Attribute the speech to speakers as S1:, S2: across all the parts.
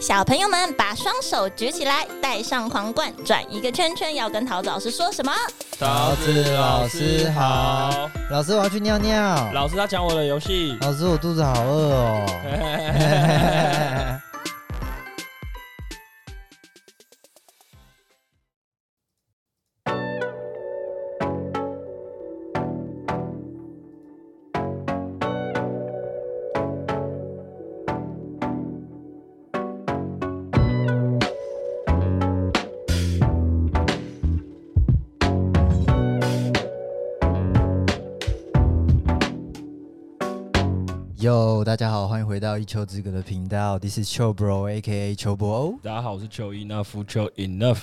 S1: 小朋友们把双手举起来，戴上皇冠，转一个圈圈，要跟桃子老师说什么？
S2: 桃子老师好，
S3: 老师，我要去尿尿。
S2: 老师他讲我的游戏，
S3: 老师，我肚子好饿哦。 哟，大家好，欢迎回到一丘之隔的频道，This is 丘 Bro A.K.A 丘博欧。
S2: 大家好，我是邱 enough 邱 enough，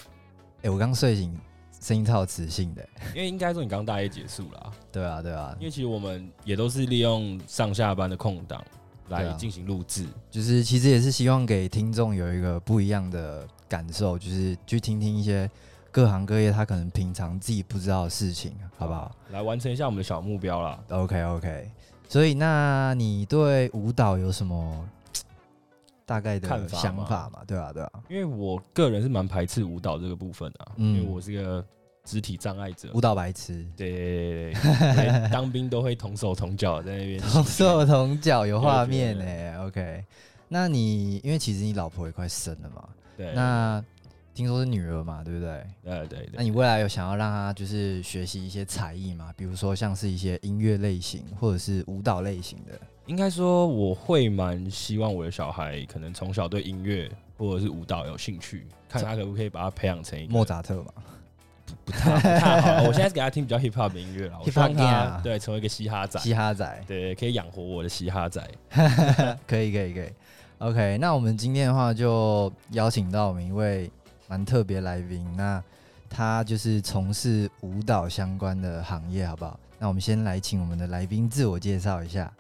S3: 哎、我刚睡醒，声音超有磁性的。
S2: 因为应该说你刚大一结束啦，
S3: 对啊，对啊
S2: 因，为其实我们也都是利用上下班的空档来
S3: 对啊
S2: 进行录制，
S3: 就是其实也是希望给听众有一个不一样的感受，就是去听听一些各行各业他可能平常自己不知道的事情，好不好？
S2: 来完成一下我们的小目标啦。
S3: OK OK，所以那你对舞蹈有什么大概的
S2: 看法吗
S3: 想法嘛？对啊对啊，
S2: 因为我个人是蛮排斥舞蹈这个部分啊，
S3: 嗯
S2: 因为我是个肢体障碍者。
S3: 舞蹈白痴，
S2: 对对对对对，我当兵都会同手同脚在 那边
S3: 同手同脚有画面
S2: 有
S3: 呢、
S2: 觉
S3: OK，那你因为其实你老婆也快生了嘛，
S2: 对，
S3: 那听说是女儿嘛，对不对？
S2: 呃哎对对
S3: 那你未来有想要让她就是学习一些才艺嘛？比如说像是一些音乐类型或者是舞蹈类型的，
S2: 应该说，我会蛮希望我的小孩可能从小对音乐或者是舞蹈有兴趣，看他可不可以把他培养成一个
S3: 莫扎特嘛？
S2: 不太不太好。我现在是给他听比较 hip hop 的音乐了，我希望
S3: Hip hop
S2: 他
S3: gang
S2: 对成为一个嘻哈仔，
S3: 嘻哈仔，
S2: 对，可以养活我的嘻哈仔。
S3: 可以可以可以。OK，那我们今天的话就邀请到我们一位蛮特别来宾，那他就是从事舞蹈相关的行业，好不好？那我们先来请我们的来宾自我介绍一下。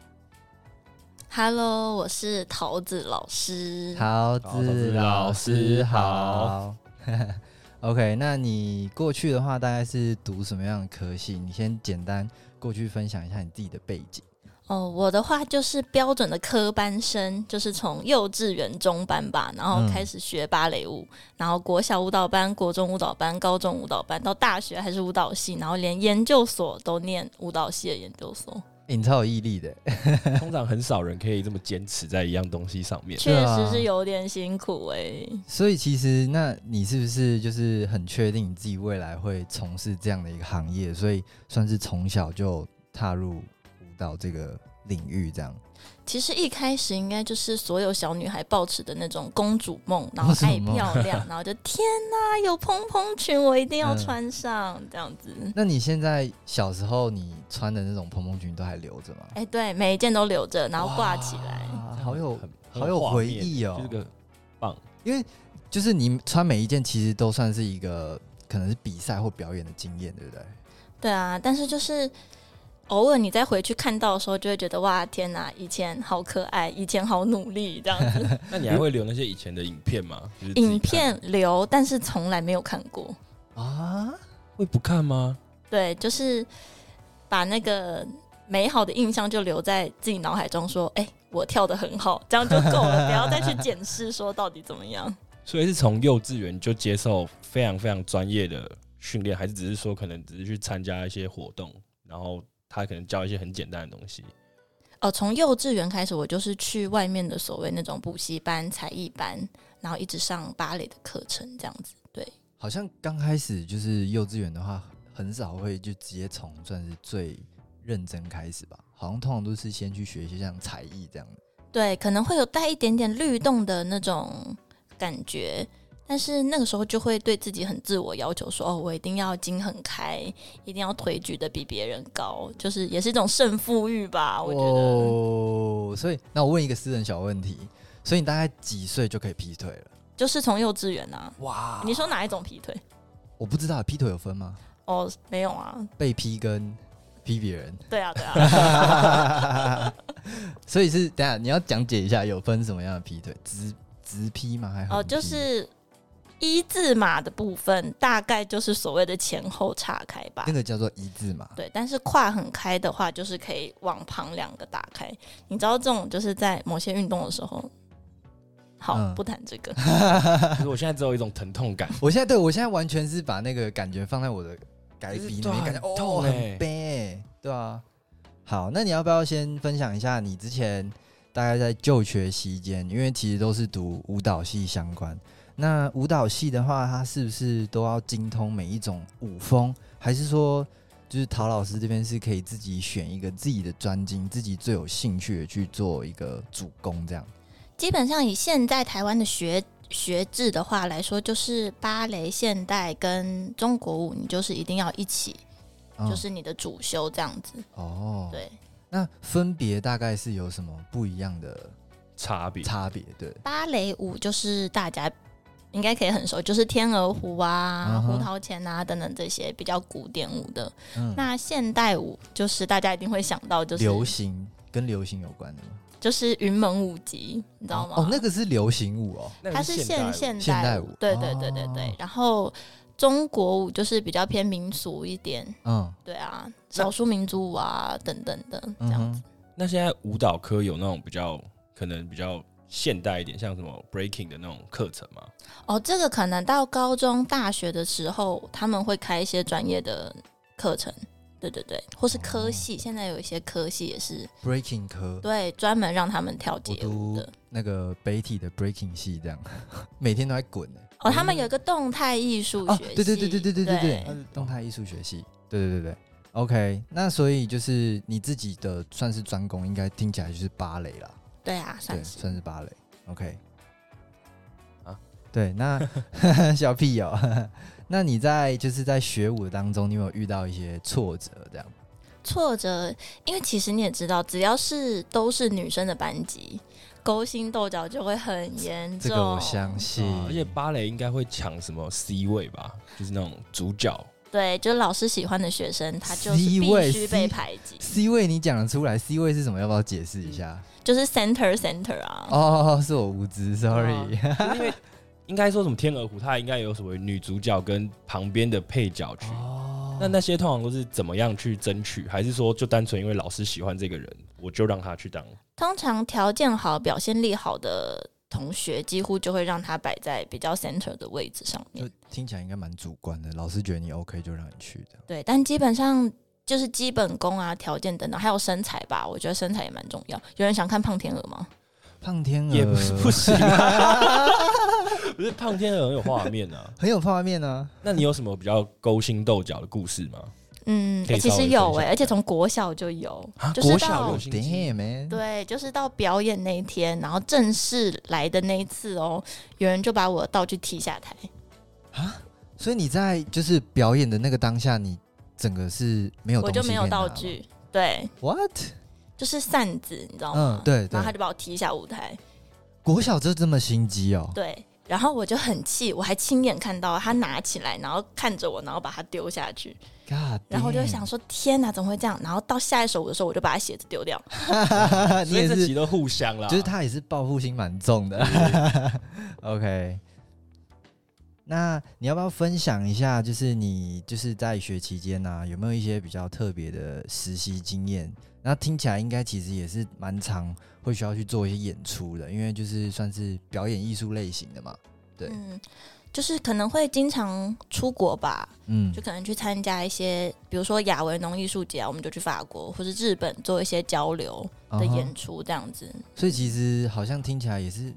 S1: Hello，我是桃子老师。
S3: 桃
S2: 桃子
S3: 子
S2: 老
S3: 老
S2: 师
S3: 师
S2: 好
S3: 好。OK，那你过去的话大概是读什么样的科系？你先简单过去分享一下你自己的背景。
S1: 哦，我的话就是标准的科班生，就是从幼稚园中班吧，然后
S3: 嗯
S1: 开始学芭蕾舞，然后国小舞蹈班、国中舞蹈班、高中舞蹈班，到大学还是舞蹈系，然后连研究所都念舞蹈系的研究所，
S3: 欸你超有毅力的，
S2: 通常很少人可以这么坚持在一样东西上面。
S1: 确
S3: 啊
S1: 实是有点辛苦哎、
S3: 所以其实那你是不是就是很确定你自己未来会从事这样的一个行业？所以算是从小就踏入舞蹈这个领域，这样
S1: 其实一开始应该就是所有小女孩抱持的那种公主梦，然后爱漂亮，然后就天哪，有蓬蓬裙我一定要穿上、这样子。
S3: 那你现在小时候你穿的那种蓬蓬裙都还留着吗？
S1: 哎、对，每一件都留着，然后挂起来。
S3: 哇
S2: 这样
S3: 啊好有
S2: 很
S3: 好有回忆哦
S2: 就是个棒。
S3: 就是你穿每一件其实都算是一个可能是比赛或表演的经验，对不对？
S1: 对啊，但是就是偶尔你再回去看到的时候，就会觉得哇，天哪，以前好可爱，以前好努力这样子。
S2: 那你还会留那些以前的影片吗？就是自己看
S1: 影片留，但是从来没有看过。
S3: 啊，
S2: 会不看吗？
S1: 对，就是把那个美好的印象就留在自己脑海中，说：“哎、我跳的很好，这样就够了，不要再去检视说到底怎么样。
S2: 所以是从幼稚园就接受非常非常专业的训练，还是只是说可能只是去参加一些活动，然后他可能教一些很简单的东西？”
S1: 哦，从幼稚园开始，我就是去外面的所谓那种补习班、才艺班，然后一直上芭蕾的课程，这样子。对，
S3: 好像刚开始就是幼稚园的话，很少会就直接从算是最认真开始吧，好像通常都是先去学一些像才艺这样的。
S1: 对，可能会有带一点点律动的那种感觉，但是那个时候就会对自己很自我要求说，哦，我一定要筋很开，一定要腿举得比别人高，就是也是一种胜负欲吧，啊我觉得。
S3: 哦，所以那我问一个私人小问题，所以你大概几岁就可以劈腿了？
S1: 就是从幼稚园啊，
S3: 哇
S1: 你说哪一种劈腿？
S3: 我不知道劈腿有分吗？
S1: 哦，没有啊，
S3: 被劈跟劈 别人，
S1: 对啊，对啊，
S3: 所以是等一下你要讲解一下有分什么样的劈腿，直直劈吗？还是
S1: 哦，
S3: 横劈
S1: 就是一字马的部分，大概就是所谓的前后岔开吧
S3: 那。个叫做一字嘛。
S1: 对，但是胯很开的话，就是可以往旁两个打开。你知道这种就是在某些运动的时候，好，
S3: 嗯
S1: 不谈这个。
S2: 可是我现在只有一种疼痛感，
S3: 我现在对我现在完全是把那个感觉放在我的改
S2: 就是
S3: 笔里
S2: 对啊
S3: 面，感觉
S2: 很痛
S3: 哦
S2: 欸
S3: 很悲、欸，对啊。好，那你要不要先分享一下你之前大概在就学期间，因为其实都是读舞蹈系相关。那舞蹈系的话，它是不是都要精通每一种舞风，还是说就是陶老师这边是可以自己选一个自己的专精，自己最有兴趣的去做一个主攻这样？
S1: 基本上以现在台湾的学学制的话来说，就是芭蕾、现代跟中国舞，你就是一定要一起，
S3: 嗯
S1: 就是你的主修这样子。
S3: 哦，
S1: 对，
S3: 那分别大概是有什么不一样的
S2: 差 别。
S3: 差别？对，
S1: 芭蕾舞就是大家应该可以很熟，就是天鹅湖啊、
S3: 嗯哼
S1: 胡桃钳啊等等这些比较古典舞的。
S3: 嗯，
S1: 那现代舞就是大家一定会想到，就是
S3: 流行跟流行有关的吗？
S1: 就是云门舞集，你知道吗？
S3: 哦，那个是流行舞哦，
S2: 那个
S1: 它是现
S2: 现代
S1: 现
S3: 现代舞
S1: 对对对对对。
S3: 哦
S1: 然后中国舞就是比较偏民俗一点，
S3: 嗯，
S1: 对啊，少数民族舞啊等等的这
S3: 嗯
S1: 样子。
S3: 哼
S2: 舞那现在舞蹈科有那种比较可能比较现代一点，像什么 breaking 的那种课程吗？
S1: 哦，这个可能到高中、大学的时候，他们会开一些专业的课程，对对对，或是
S3: 哦
S1: 科系，现在有一些科系也是
S3: breaking 科，
S1: 对专门让他们跳
S3: 我
S1: 街舞
S3: 读
S1: 的。
S3: 那个北体的 breaking 系，这样 每天都在滚呢。
S1: 哦，他们有一个动态艺术
S3: 哦
S1: 学系，
S3: 对对对对对对对对，
S1: 对
S3: 它是动态艺术学系，对对对对。OK，那所以就是你自己的算是专攻，应该听起来就是芭蕾啦，
S1: 对啊，算
S3: 对，
S1: 是
S3: 算是芭蕾。OK，
S2: 啊，
S3: 对，那 小屁友，那你在就是在学舞当中，你有没有遇到一些挫折这样？
S1: 挫折，因为其实你也知道，只要是都是女生的班级，勾心斗角就会很严重。
S3: 这个我相信，
S2: 啊而且芭蕾应该会抢什么 C 位吧，就是那种主 角。
S1: 对，就是老师喜欢的学生，他就是
S3: C
S1: 必
S3: 位
S1: 须被
S3: C-
S1: 排挤，
S3: C 位你讲得出来，C 位是什么？要不要解释一下？
S1: 就是 center center 啊。
S3: 哦， 是我无知，sorry。
S2: 就是因为应该说什么天鹅湖，它应该有所谓女主角跟旁边的配角去。
S3: 哦
S2: 那那些通常都是怎么样去争取，还是说就单纯因为老师喜欢这个人，我就让他去当？
S1: 通常条件好、表现力好的同学，几乎就会让他摆在比较 center 的位置上面
S3: 就。听起来应该蛮主观的，老师觉得你 OK 就让你去这样。
S1: 对，但基本上就是基本功啊、条件等等，还有身材吧。我觉得身材也蛮重要。有人想看胖天鹅吗？
S3: 胖天鹅
S2: 也不是 不行、啊， 不是胖天鹅很有画面啊。
S3: 很有画面啊，
S2: 那你有什么比较勾心斗角的故事 吗？
S1: 嗯，
S2: 可以
S1: 欸其
S2: 稍微
S1: 实有
S2: 分享
S1: 哎、
S2: 一下
S1: 而且从国小就有，
S2: 啊
S1: 就是
S2: 国
S1: 到
S2: 小有
S3: 哦
S2: 心机
S3: damn man，，
S1: 对，就是到表演那一天，然后正式来的那一次哦，有人就把我的道具踢下台。
S3: 所以你在就是表演的那个当下，你整个是没有
S1: 我
S3: 东西
S1: 就没有
S3: 可以拿
S1: 道
S3: 吗
S1: 具，对，
S3: ，what？
S1: 就是扇子，你知道吗
S3: 嗯？，对
S1: 然后他
S3: 对，
S1: 就把我踢下舞台，
S3: 国小就这么心机哦，
S1: 对，然后我就很气，我还亲眼看到他拿起来，然后看着我，然后把它丢下去，
S3: God，
S1: 然后我就
S3: damn
S1: 想，说天哪，怎么会这样？然后到下一首舞的时候，我就把他鞋子丢掉。
S3: 啊 你
S2: 所以
S3: 也
S2: 这
S3: 是
S2: 集都互相啦，
S3: 就是他也是报复心蛮重的。OK，那你要不要分享一下，就是你就是在学期间呢、有没有一些比较特别的实习经验？那听起来应该其实也是蛮常会需要去做一些演出的，因为就是算是表演艺术类型的嘛。对
S1: 嗯，就是可能会经常出国吧，
S3: 嗯
S1: 就可能去参加一些，比如说亚维农艺术节啊，我们就去法国或是日本做一些交流的
S3: 嗯哼
S1: 演出这样子。
S3: 所以其实好像听起来也是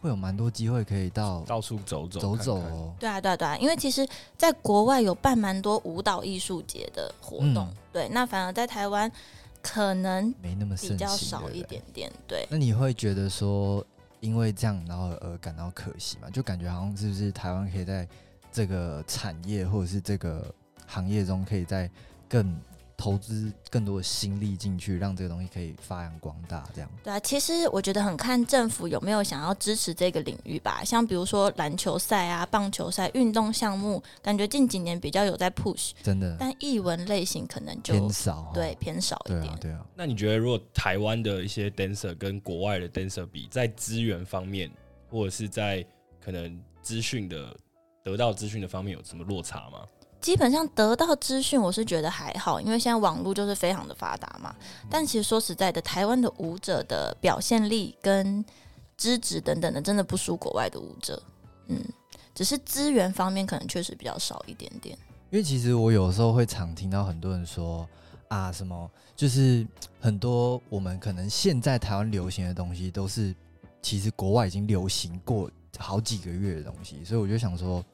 S3: 会有蛮多机会可以到
S2: 到处走走
S3: 走走
S2: 看看
S3: 哦。
S1: 对啊，对啊，对啊，因为其实在国外有办蛮多舞蹈艺术节的活动，
S3: 嗯
S1: 对，那反而在台湾可能
S3: 没那么盛
S1: 比
S3: 行，
S1: 较
S3: 对
S1: 少
S3: 不
S1: 一
S3: 对
S1: 点点，对。
S3: 那你会觉得说，因为这样然后而感到可惜吗？就感觉好像是不是台湾可以在这个产业或者是这个行业中，可以在更投资更多的心力进去，让这个东西可以发扬光大，这样。
S1: 对啊，其实我觉得很看政府有没有想要支持这个领域吧。像比如说篮球赛啊、棒球赛、运动项目，感觉近几年比较有在 push，
S3: 真的
S1: 但艺文类型可能就
S3: 偏少哦，
S1: 对偏少一
S3: 对
S1: 点
S3: 啊。对啊，
S2: 那你觉得，如果台湾的一些 dancer 跟国外的 dancer 比，在资源方面，或者是在可能资讯的得到资讯的方面，有什么落差吗？
S1: 基本上得到资讯，我是觉得还好，因为现在网络就是非常的发达嘛。但其实说实在的，台湾的舞者的表现力跟资质等等的，真的不输国外的舞者。嗯，只是资源方面可能确实比较少一点点。
S3: 因为其实我有时候会常听到很多人说啊，什么就是很多我们可能现在台湾流行的东西，都是其实国外已经流行过好几个月的东西，所以我就想说，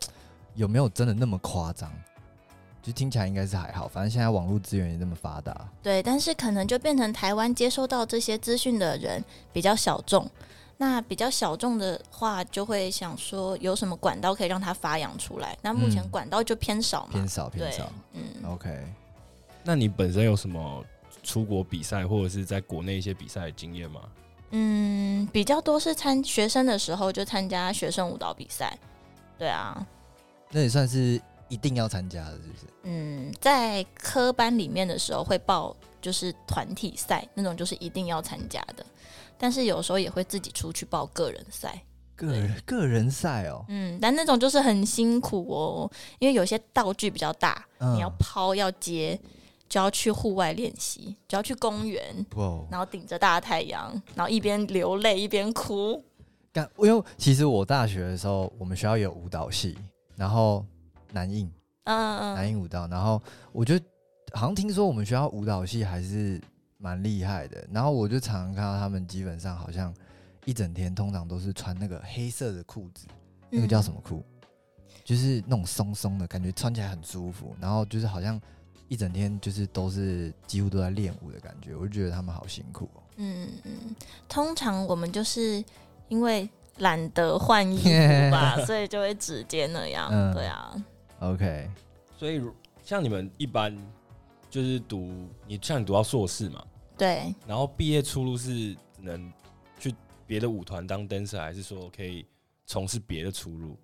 S3: 有没有真的那么夸张？就听起来应该是还好，反正现在网络资源也这么发达，
S1: 对，但是可能就变成台湾接收到这些资讯的人比较小众。那比较小众的话，就会想说有什么管道可以让它发扬出来。那目前
S3: 嗯
S1: 管道就偏少嘛，
S3: 偏少偏
S1: 对
S3: 少。
S1: 嗯，
S3: OK，
S2: 那你本身有什么出国比赛或者是在国内一些比赛的经验吗？
S1: 嗯，比较多是参学生的时候就参加学生舞蹈比赛，对啊，
S3: 那也算是一定要参加的，是不是？
S1: 嗯，在科班里面的时候会报就是团体赛那种，就是一定要参加的，但是有时候也会自己出去报个人赛，
S3: 个人个人赛哦，
S1: 嗯，但那种就是很辛苦哦，因为有些道具比较大，
S3: 嗯
S1: 你要抛要接，就要去户外练习，就要去公园，
S3: 哇，哦
S1: 然后顶着大太阳，然后一边流泪一边哭，
S3: 干，因为其实我大学的时候，我们学校有舞蹈系，然后南印
S1: 嗯
S3: 南
S1: 嗯，
S3: 印舞蹈，然后我就好像听说我们学校舞蹈系还是蛮厉害的，然后我就常常看到他们基本上好像一整天通常都是穿那个黑色的裤子，那个叫什
S1: 么？
S3: 么裤？就是那种松松的感觉，穿起来很舒服，然后就是好像一整天就是都是几乎都在练舞的感觉，我就觉得他们好辛苦哦。
S1: 嗯嗯，通常我们就是因为懒得换衣服 吧，所以就会直接那样。
S3: 嗯
S1: 对啊，
S3: OK，
S2: 所以如像你们一般就是读你像你读到硕士嘛，
S1: 对，
S2: 然后毕业出路是只能去别的舞团当 dancer，还是说可以从事别的出路？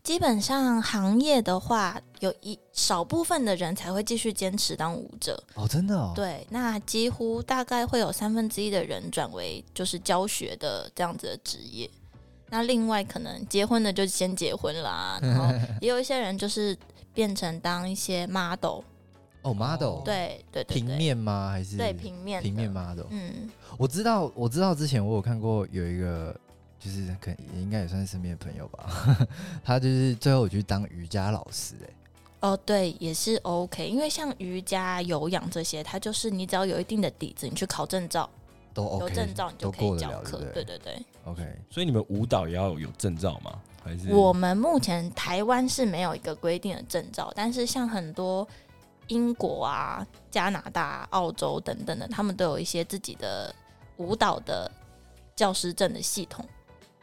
S1: 基本上行业的话，有一少部分的人才会继续坚持当舞者。
S3: 哦，真的哦，，
S1: 对，那几乎大概会有三分之一的人转为就是教学的这样子的职业。那另外可能结婚的就先结婚 啦，然后也有一些人就是变成当一些 model，
S3: 哦，model，，
S1: 对对对
S3: 平
S1: 对，
S3: 面吗？还是
S1: 对平面
S3: 平面
S1: 的
S3: model？
S1: 嗯，
S3: 我知道，我知道之前我有看过有一个，就是可也应该也算是身边的朋友吧， 他就是最后有去当瑜伽老师、欸，
S1: 哦，对，也是 OK，因为像瑜伽、有氧这些，它就是你只要有一定的底子，你去考证照，
S3: 都 OK，
S1: 有证照你就
S3: 都
S1: 可以
S3: 过得
S1: 教
S3: 了，
S1: 课。
S3: 对不
S1: 对对
S3: 对
S1: 对，
S3: ？OK，
S2: 所以你们舞蹈也要有证照吗？还
S3: 嗯
S2: 是
S1: 我们目前台湾是没有一个规定的证照，但是像很多英国啊、加拿大啊、澳洲等等的，他们都有一些自己的舞蹈的教师证的系统。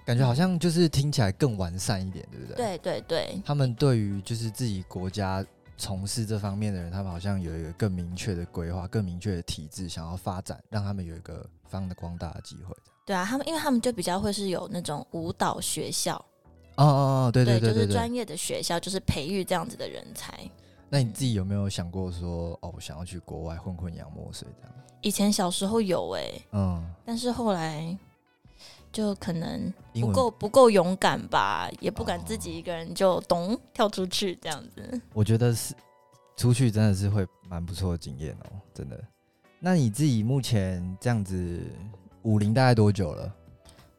S3: 感觉好像就是听起来更完善一点，对不对？，
S1: 嗯对对对，
S3: 他们对于就是自己国家从事这方面的人，他们好像有一个更明确的规划、更明确的体制，想要发展，让他们有一个发扬光大的机会。
S1: 对啊，他们因为他们就比较会是有那种舞蹈学校。
S3: 哦哦哦，对对对
S1: 就
S3: 对
S1: 是
S3: 对。
S1: 专业的学校，就是培育这样子的人才。
S3: 那你自己有没有想过说，哦，我想要去国外混混洋墨水这样？
S1: 以前小时候有哎、
S3: 嗯，
S1: 但是后来就可能
S3: 英
S1: 不
S3: 文
S1: 够不够勇敢吧，也不敢
S3: 哦
S1: 自己一个人就咚跳出去这样子。
S3: 我觉得是出去真的是会蛮不错的经验哦，真的。那你自己目前这样子五零大概多久了？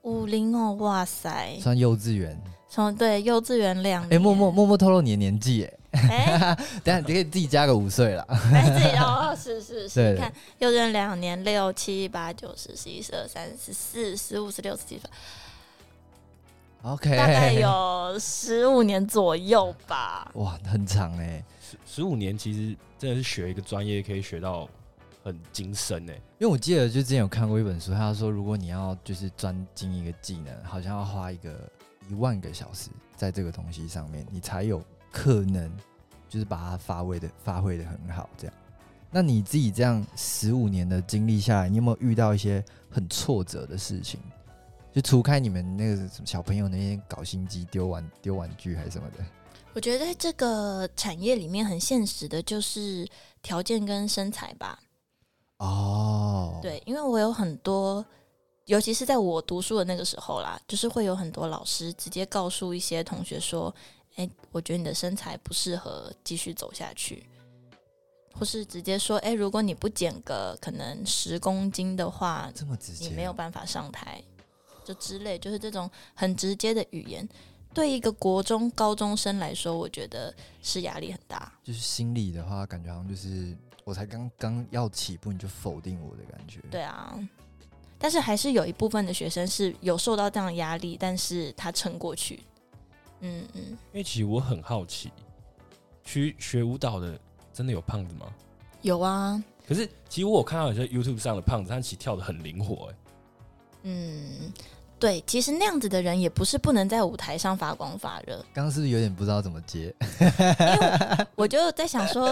S1: 五零哦，哇塞！
S3: 算幼稚园？
S1: 从对幼稚园两
S3: 哎、
S1: 年，
S3: 默默默默透露你的年纪哎，
S1: 哎，
S3: 等一下你可以自己加个五岁啦。
S1: 哎自己哦，是是是，
S3: 对
S1: 你看幼稚园两年，六七八九十十一十二三十四十五十六十七十八，
S3: OK，
S1: 大概有十五年左右吧。
S3: 哇，很长哎、
S2: 十十五年其实真的是学一个专业可以学到很精深欸诶、
S3: 因为我记得就之前有看过一本书，他说如果你要就是专精一个技能，好像要花一个一万个小时在这个东西上面，你才有可能就是把它发挥的发挥的很好。这样，那你自己这样十五年的经历下来，你有没有遇到一些很挫折的事情？就除开你们那个什么小朋友那些搞心机、丢玩丢玩具还是什么的，
S1: 我觉得在这个产业里面很现实的就是条件跟身材吧。
S3: 哦，，
S1: 对，因为我有很多，尤其是在我读书的那个时候啦，就是会有很多老师直接告诉一些同学说：“哎、我觉得你的身材不适合继续走下去。”或是直接说：“哎、如果你不减个可能十公斤的话，
S3: 这么直接，哦
S1: 你没有办法上台。”就之类，就是这种很直接的语言，对一个国中高中生来说，我觉得是压力很大。
S3: 就是心里的话，感觉好像就是我才刚刚要起步，你就否定我的感觉。
S1: 对啊，但是还是有一部分的学生是有受到这样的压力，但是他撑过去。嗯嗯，
S2: 因为其实我很好奇，去学舞蹈的真的有胖子吗？
S1: 有啊，
S2: 可是其实我有看到有些 YouTube 上的胖子，他其实跳的很灵活、欸，
S1: 嗯，对，其实那样子的人也不是不能在舞台上发光发热，
S3: 刚刚是不是有点不知道怎么接？
S1: 我就在想 说，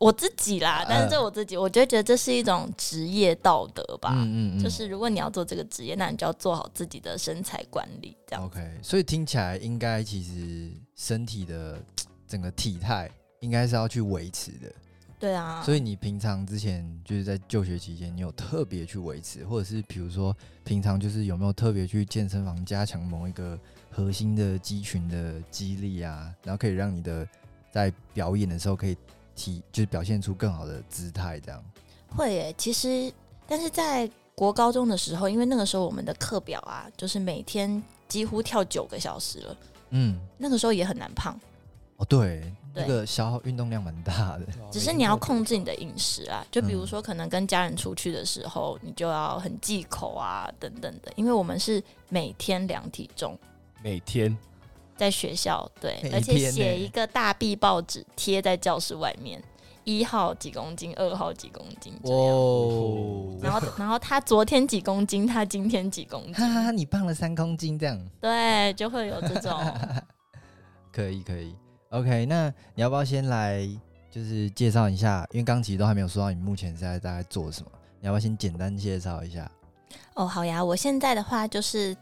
S1: 我自己啦，但是这我自己，我就觉得这是一种职业道德吧。
S3: 嗯
S1: 就是如果你要做这个职业，那你就要做好自己的身材管理，这样。
S3: OK，所以听起来应该其实身体的整个体态应该是要去维持的。
S1: 对啊，
S3: 所以你平常之前就是在就学期间，你有特别去维持，或者是比如说平常就是有没有特别去健身房加强某一个核心的肌群的肌力啊，然后可以让你的在表演的时候可以体就是表现出更好的姿态这样。
S1: 会耶，其实，但是在国高中的时候，因为那个时候我们的课表啊，就是每天几乎跳九个小时了，
S3: 嗯，
S1: 那个时候也很难胖，
S3: 哦对，
S1: 对
S3: 那个消耗运动量蛮大的。
S2: 哎，
S1: 只是你要控制你的饮食啊，就
S3: 嗯
S1: 比如说可能跟家人出去的时候，你就要很忌口啊，等等的，因为我们是每天量体重。
S2: 每天
S1: 在学校，对
S3: 每，
S1: 而且
S3: 天欸
S1: 写
S3: 呢
S1: 一个大壁报纸贴在教室外面，一号几公斤，二号几公斤这样。
S3: 哦，
S1: 然后，然后他昨天几公斤，他今天几公
S3: 哈哈，
S1: 斤，
S3: 你胖了三公斤这样。
S1: 对，就会有这 种。
S3: 可以可以，OK，那你要不要先来就是介绍一下？因为刚其实都还没有说到你目前是在大概做什么，你要不要先简单介绍一下？
S1: 哦，好呀，我现在的话就是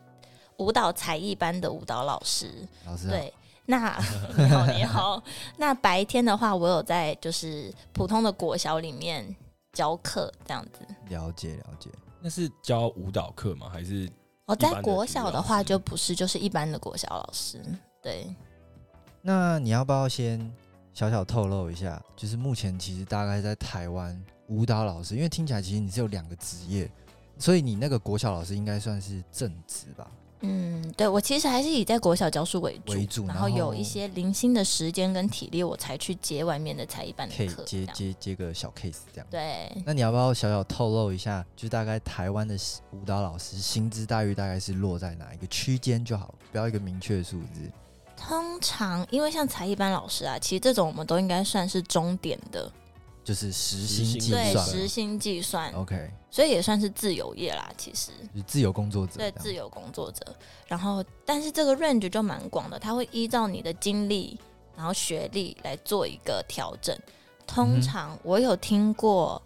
S1: 舞蹈才艺班的舞蹈老师，
S3: 老师好，
S1: 对。那 你好，你好。那白天的话，我有在就是普通的国小里面教课这样子。
S3: 了解了解，
S2: 那是教舞蹈课吗？还是
S1: 哦，
S2: 一般
S1: 在
S2: 的
S1: 国
S2: 体育
S1: 小的
S2: 老
S1: 话
S2: 师
S1: 就不是，就是一般的国小老师。对，
S3: 那你要不要先小小透露一下？就是目前其实大概在台湾舞蹈老师，因为听起来其实你是有两个职业，所以你那个国小老师应该算是正职吧？
S1: 嗯，对我其实还是以在国小教书为主，
S3: 为主
S1: 然
S3: 然
S1: 后有
S3: 后
S1: 一些零星的时间跟体力，我才去接外面的才艺班
S3: 可
S1: 的
S3: 以
S1: 嗯课。这
S3: 接
S1: 样
S3: 接接个小 case 这样。
S1: 对，
S3: 那你要不要小小透露一下，就是大概台湾的舞蹈老师薪资待遇大概是落在哪一个区间就好，不要一个明确的数字。
S1: 通常因为像才艺班老师啊，其实这种我们都应该算是终点的，
S3: 就是时薪
S2: 时薪
S3: 计
S1: 对，
S2: 算
S1: 时
S3: 算哦
S1: 薪计算，
S3: ，OK，
S1: 所以也算是自由业啦。其实
S3: 就是自由工作者，
S1: 对自，由工作者，然后但是这个 range 就蛮广的，它会依照你的经历，然后学历来做一个调整。
S3: 嗯
S1: 通
S3: 哼
S1: 常我有听过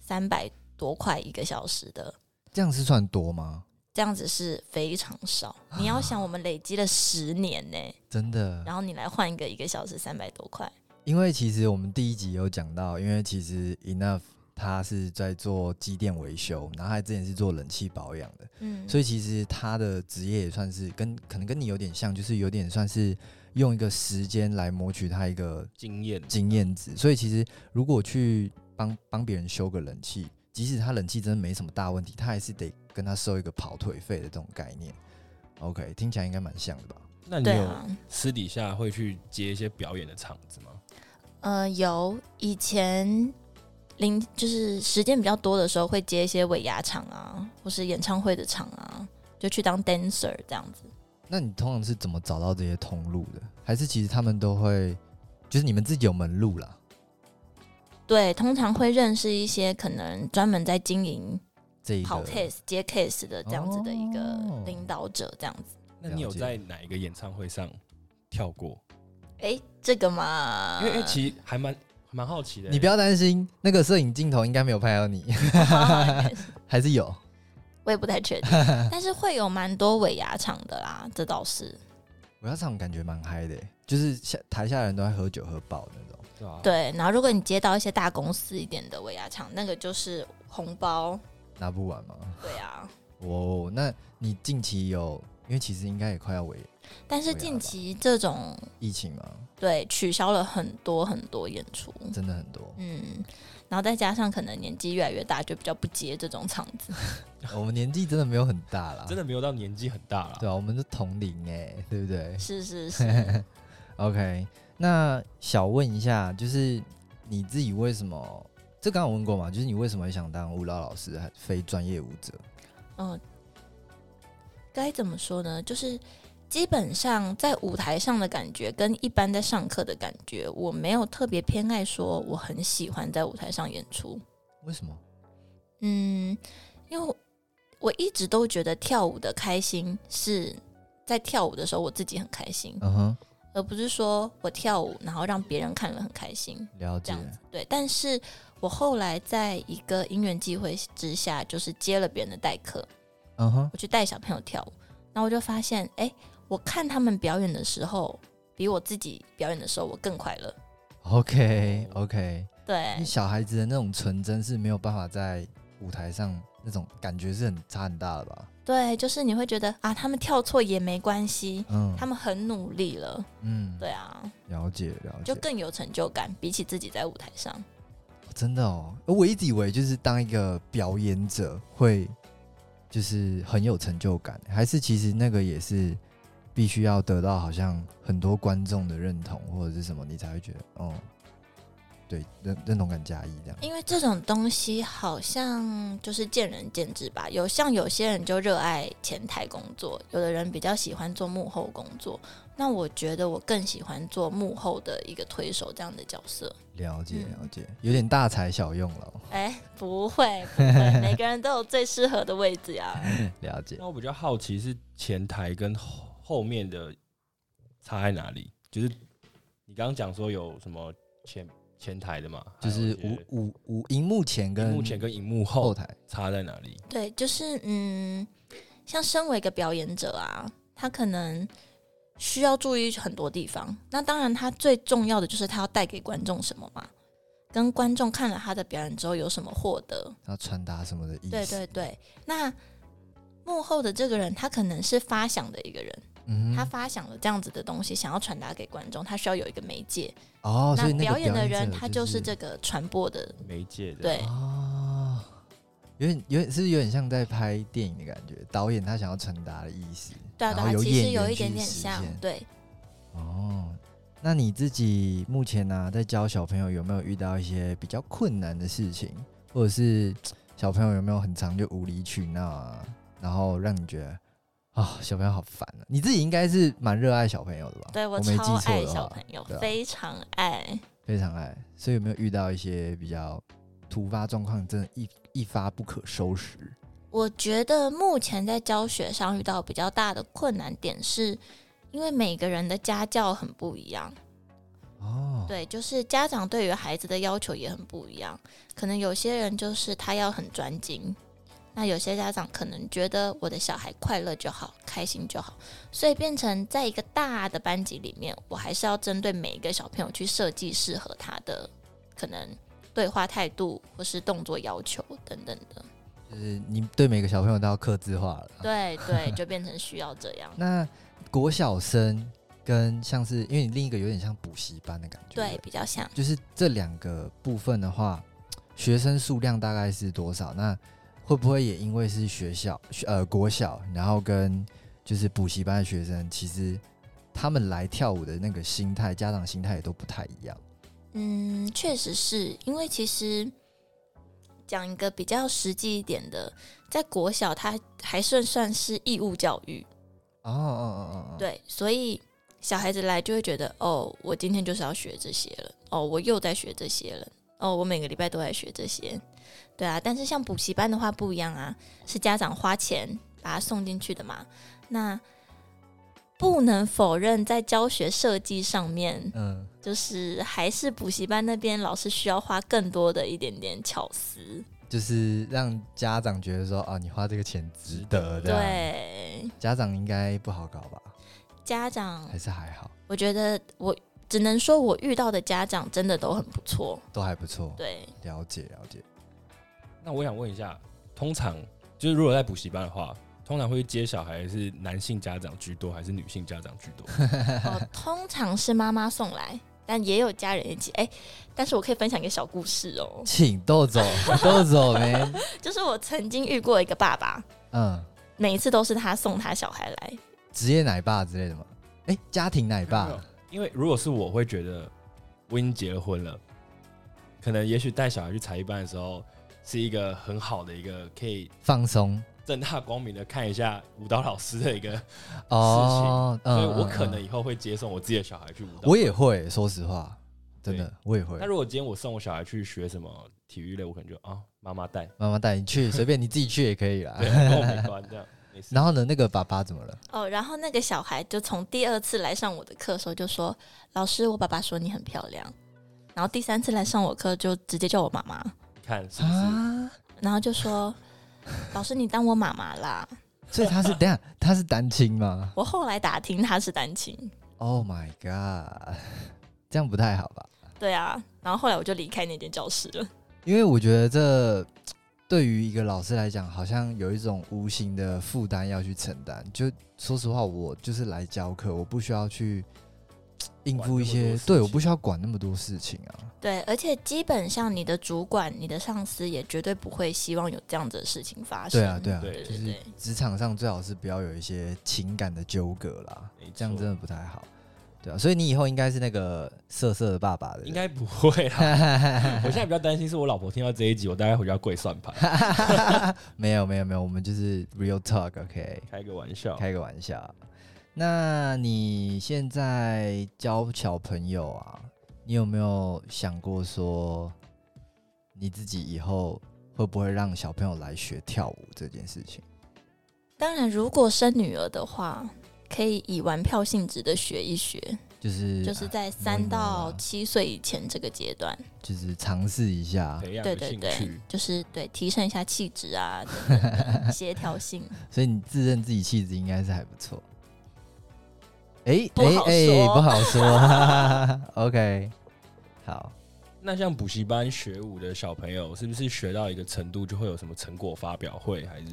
S1: 三百多块一个小时的。
S3: 这样是算多吗？
S1: 这样子是非常少。你要想，我们累积了十年呢、
S3: 真的，
S1: 然后你来换一个一个小时三百多块，
S3: 因为其实我们第一集有讲到，因为其实 Enough 他是在做机电维修，然后他之前是做冷气保养的，
S1: 嗯，
S3: 所
S1: 以
S3: 以其实他的职业也算是跟可能跟你有点像，就是有点算是用一个时间来磨取他一个
S2: 经验？
S3: 经验值。所以其实如果去帮帮别人修个冷气，即使他冷气真的没什么大问题，他还是得跟他收一个跑腿费的这种概念。OK，听起来应该蛮像的吧？
S2: 那你
S1: 对
S2: 有
S1: 啊，
S2: 私底下会去接一些表演的场子吗？
S1: 呃，有以前零就是时间比较多的时候，会接一些尾牙场啊，或是演唱会的场啊，就去当 dancer 这样子。
S3: 那你通常是怎么找到这些通路的？还是其实他们都会，就是你们自己有门路啦，
S1: 对，通常会认识一些可能专门在经营
S3: 这一
S1: 跑
S3: 个
S1: case 接 case 的这样子的一个
S3: 哦
S1: 领导者这样子。
S2: 那你有
S3: 了解
S2: 在哪一个演唱会上跳过？
S1: 哎、这个嘛，
S2: 因为因为其实还蛮蛮好奇的欸、
S3: 你不要担心，那个摄影镜头应该没有拍到你， 还是有。
S1: 我也不太 确定，但是会有蛮多尾牙场的啦，这倒是。
S3: 我要这种感觉蛮嗨的欸，就是下台下人都在喝酒喝爆的那种。
S2: 对啊，
S1: 对，然后如果你接到一些大公司一点的尾牙场，那个就是红包，
S3: 拿不完吗？
S1: 对啊。
S3: 哦，那你近期有，因为其实应该也快要尾
S1: 但是
S3: 尾牙
S1: 近
S3: 吧
S1: 期这种
S3: 疫情嘛，
S1: 对取消了很多很多演出，
S3: 真的很多。
S1: 嗯，然后再加上可能年纪越来越大，就比较不接这种场子。
S3: 我们年纪真的没有很大啦，
S2: 真
S3: 的
S2: 的没有到年纪很大了。
S3: 对啊，我们是同龄哎、对不对
S1: 是是是，
S3: ？OK，那小问一下，就是你自己为什么？这刚刚我问过嘛，就是你为什么会想当舞蹈老师，还非专业舞者？
S1: 嗯， 该怎么说呢？就是基本上在舞台上的感觉跟一般在上课的感觉，我没有特别偏爱说我很喜欢在舞台上演出。
S3: 为什么？
S1: 嗯，因为我一直都觉得跳舞的开心是在跳舞的时候我自己很开心，
S3: 嗯哼，
S1: 而不是说我跳舞然后让别人看了很开心。
S3: 了
S1: 这
S3: 解。
S1: 样子。对，但是我后来在一个因缘机会之下，就是接了别人的代课，
S3: 嗯哼，
S1: 我去带小朋友跳舞，然后我就发现，哎、我看他们表演的时候，比我自己表演的时候我更快乐。
S3: OK OK，
S1: 对
S3: 你，小孩子的那种纯真是没有办法在舞台上那种感觉是很差很大的吧？
S1: 对，就是你会觉得啊，他们跳错也没关系，
S3: 嗯，
S1: 他们很努力了。
S3: 嗯，
S1: 对啊，
S3: 了解了解
S1: 就，更有成就感，比起自己在舞台上。
S3: 真的哦，我一直以为就是当一个表演者会就是很有成就感，还是其实那个也是必须要得到好像很多观众的认同或者是什么，你才会觉得哦，对，认认同感加一这样。
S1: 因为这种东西好像就是见仁见智吧，有像有些人就热爱前台工作，有的人比较喜欢做幕后工作。那我觉得我更喜欢做幕后的一个推手这样的角色。
S3: 了解
S1: 嗯
S3: 了解，有点大材小用了 哦，
S1: 哎，不会不会，每个人都有最适合的位置呀、
S3: 了解。
S2: 那我比较好奇是前台跟后后面的差在哪里？就是你刚刚讲说有什么前前台的嘛，
S3: 就是
S2: 还有一
S3: 五
S2: 些
S3: 五五荧幕前跟
S2: 荧幕前跟荧幕
S3: 后
S2: 后
S3: 台，
S2: 差在哪里？
S1: 对，就是嗯，像身为一个表演者啊，他可能需要注意很多地方。那当然，他最重要的就是他要带给观众什么嘛，跟观众看了他的表演之后有什么获得。
S3: 然后传达什么的意思。
S1: 对对，对，那幕后的这个人，他可能是发想的一个人，
S3: 嗯
S1: 他
S3: 哼，
S1: 发想了这样子的东西，想要传达给观众，他需要有一个媒介。
S3: 哦，所以那个
S1: 表演的
S3: 者
S1: 人，他就是是这个传播的，
S2: 媒介的
S1: 对
S3: 哦，有点有点是不是有点像在拍电影的感觉？导演他想要传达的意思，
S1: 对啊
S3: 然
S1: 对
S3: 后
S1: 啊，
S3: 有
S1: 其实
S3: 演
S1: 有
S3: 员
S1: 一点
S3: 去
S1: 点
S3: 实
S1: 像
S3: 现，
S1: 对。
S3: 哦。那你自己目前呢、在教小朋友有没有遇到一些比较困难的事情，或者是小朋友有没有很常就无理取闹啊，然后让你觉得啊、小朋友好烦啊？你自己应该是蛮热爱小朋友的吧？
S1: 对我
S3: 我没
S1: 超
S3: 记错
S1: 爱
S3: 的
S1: 小
S3: 话
S1: 朋，友
S3: 对啊，
S1: 非常爱。
S3: 非常爱。所以有没有遇到一些比较突发状况，真的一一发不可收拾？
S1: 我觉得目前在教学上遇到比较大的困难点是。因为每个人的家教很不一样，
S3: 哦，
S1: 对，就是家长对于孩子的要求也很不一样。可能有些人就是他要很专精，那有些家长可能觉得我的小孩快乐就好，开心就好，所以变成在一个大的班级里面，我还是要针对每一个小朋友去设计适合他的可能对话态度或是动作要求等等的。
S3: 就是你对每个小朋友都要克制化了。
S1: 对 对，就变成需要这样。
S3: 啊那国小生跟像是，因为你另一个有点像补习班的感觉，
S1: 对，
S3: 不，
S1: 比较像。
S3: 就是这两个部分的话，学生数量大概是多少？那会不会也因为是学校学呃国小，然后跟就是补习班的学生，其实他们来跳舞的那个心态，家长心态也都不太一样。
S1: 嗯，确实是因为其实讲一个比较实际一点的，在国小它还算算是义务教育，
S3: 哦哦哦哦，，
S1: 对，所以小孩子来就会觉得哦，我今天就是要学这些了，哦，我又在学这些了，哦，我每个礼拜都在学这些，对啊。但是像补习班的话不一样啊，是家长花钱把他送进去的嘛。那不能否认，在教学设计上面，
S3: 嗯，
S1: 就是还是补习班那边老师需要花更多的一点点巧思，
S3: 就是让家长觉得说啊，你花这个钱值得的。，
S1: 对
S3: 家长应该不好搞吧？
S2: 嗯
S1: 家长
S3: 还，是还好，
S1: 我觉得我只能说我遇到的家长真的都很不错，
S3: 都还不错。
S1: 对。
S3: 了解了解。
S2: 那我想问一下，通常就是如果在补习班的话，通常会接小孩是 男性家长居多还是女性家长居多？
S1: 哦，通常是妈妈送来，但也有家人一起。哎、但是我可以分享一个小故事 哦，
S3: 请 豆总，豆总没，
S1: 就是我曾经遇过一个爸爸，
S3: 嗯，
S1: 每一次都是他送他小孩来，
S3: 职业奶爸之类的吗？哎、家庭奶爸
S2: 没有，因为如果是我会觉得我已经结了婚了，可能也许带小孩去才艺班的时候是一个很好的一个可以
S3: 放松
S2: 正大光明的看一下舞蹈老师的一个，
S3: 哦，
S2: 所以我可能
S3: 嗯
S2: 以后会接送我自己的小孩去舞蹈。
S3: 我也会，说实话，真的我也会
S2: 那。如果今天我送我小孩去学什么体育类，我可能就啊妈妈带，
S3: 妈妈带你 去，随便你自己去也可以啦
S2: 对，。跟我没关这样。没事
S3: 然后呢，那个爸爸怎么了？
S1: 哦，然后那个小孩就从第二次来上我的课的时候就说：“老师，我爸爸说你很漂亮。”然后第三次来上我课就直接叫我妈妈，
S2: 看是不是？
S3: 啊，
S1: 然后就说：“ 老师，你当我妈妈啦
S3: 所以他是等一下他是单亲吗？”
S1: 我后来打听他是单亲，
S3: ？Oh my god，这 样不太好吧？
S1: 对啊，然后后来我就离开那间教室了。
S3: 因为我觉得这对于一个老师来讲，好像有一种无形的负担要去承担。就说实话，我就是来教课，我不需要去应付
S2: 管那么
S3: 一些
S2: 多事，情
S3: 对，我不需要管那么多事情啊。
S1: 对，而且基本上你的主管、你的上司也绝对不会希望有这样子的事情发生。
S3: 对啊，对啊，
S1: 对
S2: 对
S3: 就
S1: 对
S3: 是
S1: 对，
S3: 职场上最好是不要有一些情感的纠葛啦
S2: 没错，
S3: 这 样真的不太好。对啊，所以你以后应该是那个色色的爸爸的，
S2: 应该 不会啦。我现在比较担心是我老婆听到这一集，我大概回家跪算盘，
S3: 没有没有没有，我们就是 real talk，OK、
S2: 开个玩笑。
S3: 开个玩笑。那你现在交小朋友啊，你有没有想过说，你自己以后会不会让小朋友来学跳舞这件事情？
S1: 当然，如果生女儿的话，可以以玩票性质的学一学，
S3: 就是
S1: 就是
S3: 啊
S1: 在
S3: 摸一
S1: 三
S3: 摸
S1: 到
S3: 啊
S1: 七岁以前这个阶段。
S3: 就是尝试一下，
S2: 培养
S1: 对
S2: 个
S1: 对
S2: 兴
S1: 对
S2: 趣，，
S1: 就是对提升一下气质 啊，等等的协调性。
S3: 所以你自认自己气质应该是还不错。哎
S1: 不好说
S3: 不好说。OK，好，
S2: 那像补习班学舞的小朋友，是不是学到一个程度就会有什么成果发表会还是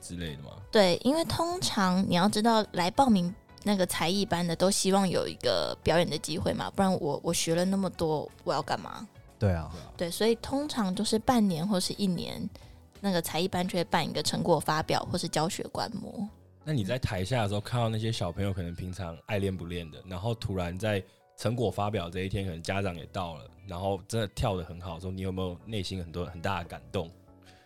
S2: 之类的吗？
S1: 对，因为通常你要知道，来报名那个才艺班的都希望有一个表演的机会嘛，不然我我学了那么多，我要干嘛？
S3: 对啊，
S2: 对啊，
S1: 对，所以通常就是半年或是一年，那个才艺班就会办一个成果发表或是教学观摩。
S2: 那你在台下的时候看到那些小朋友，可能平常爱练不练的，然后突然在成果发表这一天，可能家长也到了，然后真的跳的很好的时候，你有没有内心很多很大的感动？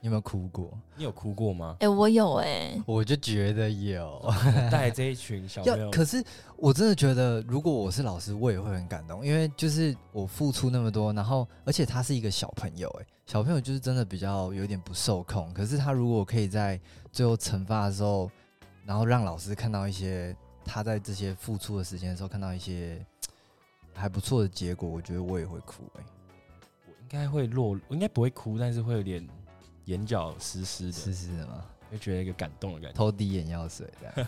S3: 你有没有哭过？
S2: 你有哭过吗？
S1: 哎、我有哎、
S3: 我就觉得有。
S2: 我带这一群小朋
S3: 哎要，
S2: 友，
S3: 可是我真的觉得，如果我是老师，我也会很感动，因为就是我付出那么多，然后而且他是一个小朋友、欸，小朋友就是真的比较有点不受控，可是他如果可以在最后惩罚的时候，然后让老师看到一些他在这些付出的时间的时候看到一些嘖还不错的结果，我觉得我也会哭、欸，
S2: 我应该会落，我应该不会哭，但是会有点眼角湿湿
S3: 是
S2: 的，
S3: 是的吗？
S2: 会觉得一个感动的感觉。
S3: 偷滴眼药水的，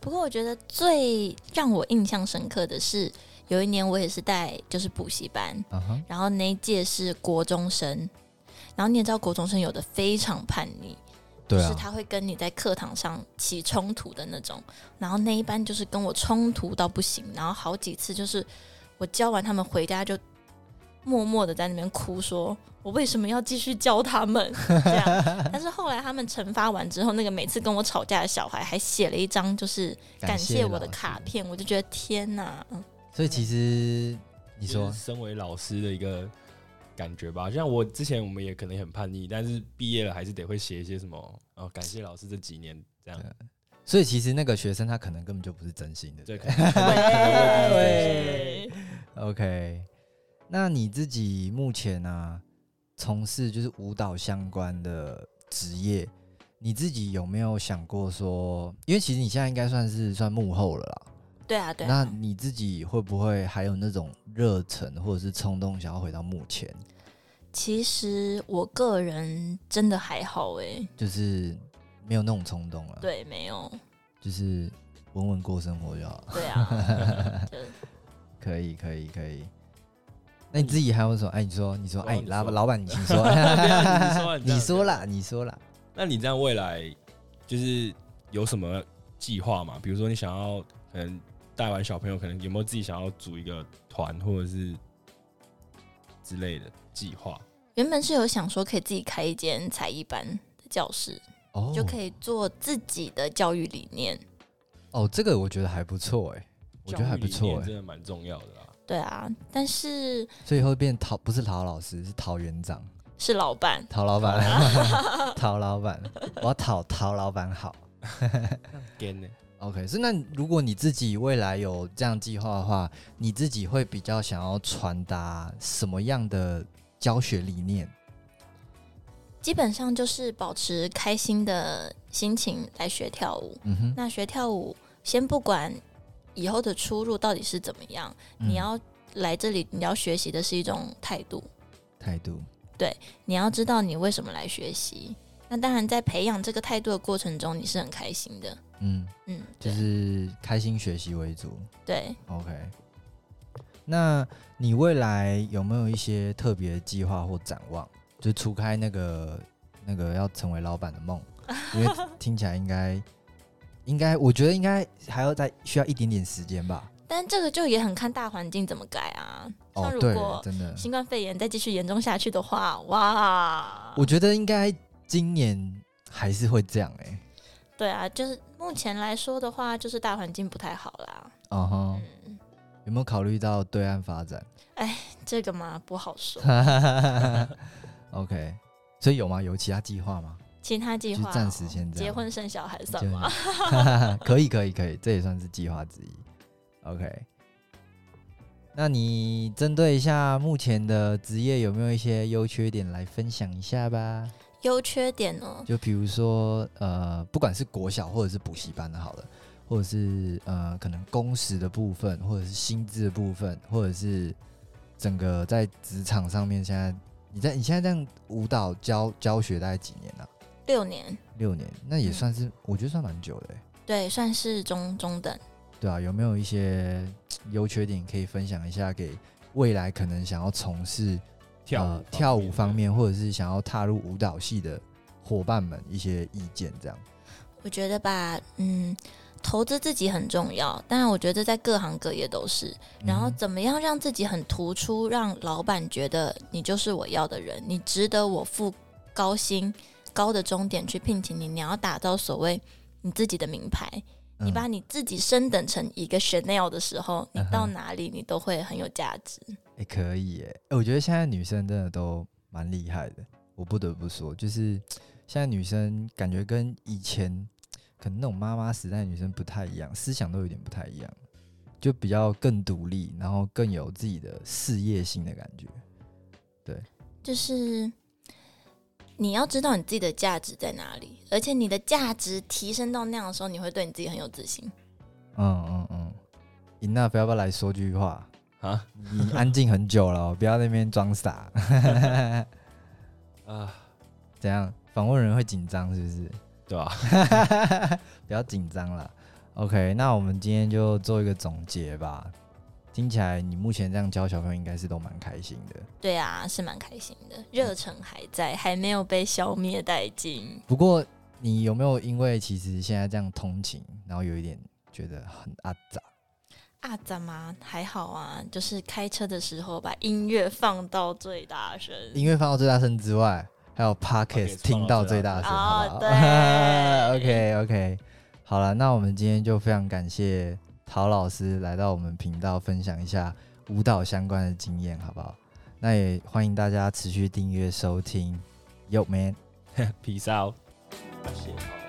S1: 不过我觉得最让我印象深刻的是，有一年我也是带就是补习班，
S3: 嗯哼，
S1: 然后那一届是国中生，然后你也知道国中生有的非常叛逆，
S3: 对
S1: 就是
S3: 啊，
S1: 他会跟你在课堂上起冲突的那种。然后那一班就是跟我冲突到不行，然后好几次就是我教完他们回家就默默的在那边哭说，我为什么要继续教他们这 样？但是后来他们惩罚完之后，那个每次跟我吵架的小孩还写了一张就是感谢我的
S3: 老师
S1: 卡，片，我就觉得天哪，嗯
S3: 所以其实你说
S2: 就是身为老师的一个感觉吧。像我之前我们也可能也很叛逆，但是毕业了还是得会写一些什么哦，感谢老师这几年这样
S3: 对。所以其实那个学生他可能根本就不是真心的。
S2: 对，可能可能可能会
S3: 喂，OK。那你自己目前呢、啊，从事就是舞蹈相关的职业，你自己有没有想过说，因为其实你现在应该算是算幕后了啦。
S1: 对啊，对啊。
S3: 那你自己会不会还有那种热忱或者是冲动，想要回到幕前？
S1: 其实我个人真的还好哎、
S3: 就是没有那种冲动了，，
S1: 对，没有，
S3: 就是稳稳过生活就好。
S1: 对啊，就
S3: 可以，可以，可以。那
S1: 嗯
S3: 你自己还有什么？哎，你说，你说，
S2: 哦
S3: 哎，
S2: 你
S3: 老
S2: 说
S3: 老板，你请 说
S2: 啊。
S3: 你说
S2: 了，
S3: 啦，你说啦。
S2: 那你这样未来就是有什么计划吗？比如说你想要可能带完小朋友，可能有没有自己想要组一个团或者是之类的计划？
S1: 原本是有想说可以自己开一间才艺班的教室，
S3: 哦，
S1: 就可以做自己的教育理念。
S3: 哦，这个我觉得还不错哎、我觉得还
S2: 教育
S3: 不
S2: 理
S3: 错
S2: 念
S3: 哎、
S2: 真的蛮重要的啦。
S1: 对啊，但是
S3: 所以以后变陶不是陶老师，是陶园长、
S1: 是老板，
S3: 陶老板、
S1: 啊
S3: 陶老板，我要讨陶老板好。
S2: 干呢？
S3: OK，是那如果你自己未来有这样计划的话，你自己会比较想要传达什么样的教学理念？
S1: 基本上就是保持开心的心情来学跳舞。
S3: 嗯哼，
S1: 那学跳舞，先不管以后的出路到底是怎么样，
S3: 嗯
S1: 你要来这里，你要学习的是一种态度，
S3: 嗯态度，
S1: 你要知道你为什么来学习。那当然，在培养这个态度的过程中，你是很开心的。
S3: 嗯，
S1: 嗯，
S3: 就
S1: 对
S3: 是开心学习为主。
S1: 对，
S3: OK，那你未来有没有一些特别的计划或展望？就除开那个那个要成为老板的 梦，因为听起来应该应该，我觉得应该还要再需要一点点时间吧。
S1: 但这个就也很看大环境怎么改啊。
S3: 哦
S1: 像，如
S3: 对
S1: 果，
S3: 真的，
S1: 新冠肺炎再继续严重下去的话，哇，
S3: 我觉得应该今年还是会这样哎、欸。
S1: 对啊，就是目前来说的话，就是大环境不太好啦。
S3: 哦、哈，
S1: 嗯，
S3: 有没有考虑到对岸发展
S1: 这个嘛不好说。
S3: ？OK，所以有吗？有其他计划吗？
S1: 其他计
S3: 就
S1: 划哦、
S3: 暂时先这样
S1: 结婚生小孩算
S3: 就
S1: 吗？
S3: 可以可以可以，这也算是计划之一。OK，那你针对一下目前的职业有没有一些优缺点来分享一下吧？
S1: 优缺点哦呢？
S3: 就比如说，呃，不管是国小或者是补习班的，好了，或者是呃，可能工时的部分，或者是薪资的部分，或者是整个在职场上面，现在你在你现在这样舞蹈教教学大概几年了、啊？
S1: 六年，
S3: 六年，那也
S1: 嗯
S3: 算是、我觉得算蛮久的欸、
S1: 对，算是中中等。
S3: 对啊，有没有一些嘖优缺点可以分享一下给未来可能想要从事
S2: 跳舞方
S3: 呃
S2: 面
S3: 跳舞方，面，或者是想要踏入舞蹈系的伙伴们一些意见？这样，
S1: 我觉得吧，嗯，投资自己很重要，当然我觉得在各行各业都是。然后
S3: 嗯
S1: 怎么样让自己很突出，让老板觉得你就是我要的人，你值得我付高薪高的终点去聘请你。你要打造所谓你自己的名牌，你
S3: 嗯
S1: 把你自己升等成一个 Chanel 的时候，你
S3: 嗯哼
S1: 到哪里你都会很有价值。
S3: 哎、可以耶、欸我觉得现在女生真的都蛮厉害的，我不得不说，就是嘖现在女生感觉跟以前嘖可能那种妈妈时代的女生不太一样，思想都有点不太一样，就比较更独立，然后更有自己的事业心的感觉。
S1: 就是你要知道你自己的价值在哪里，而且你的价值提升到那样的时候，你会对你自己很有自信。
S3: 嗯嗯嗯，尹娜，不要不要来说句话？
S2: 啊
S3: 你安静很久了哦，不要在那边装傻。
S2: 啊，
S3: 怎样？访问人会紧张是不是？
S2: 对啊 吧？
S3: 不要紧张啦。OK，那我们今天就做一个总结吧。听起来你目前这样教小朋友，应该是都蛮开心的。
S1: 对啊，是蛮开心的，热忱还在，还没有被消灭殆尽。
S3: 不过你有没有因为其实现在这样通勤，然后有一点觉得很阿杂？
S1: 啊，怎么还好啊？就是开车的时候把音乐放到最大声。
S3: 音乐放到最大声之外，还有 podcast
S2: Podcast
S3: 听到最大声，好
S1: 放到
S3: 不好
S1: 最大声哦
S3: OK OK，好了，那我们今天就非常感谢陶老师来到我们频道分享一下舞蹈相关的经验，好不好？那也欢迎大家持续订阅收听。Yo man。
S2: 披萨，谢谢。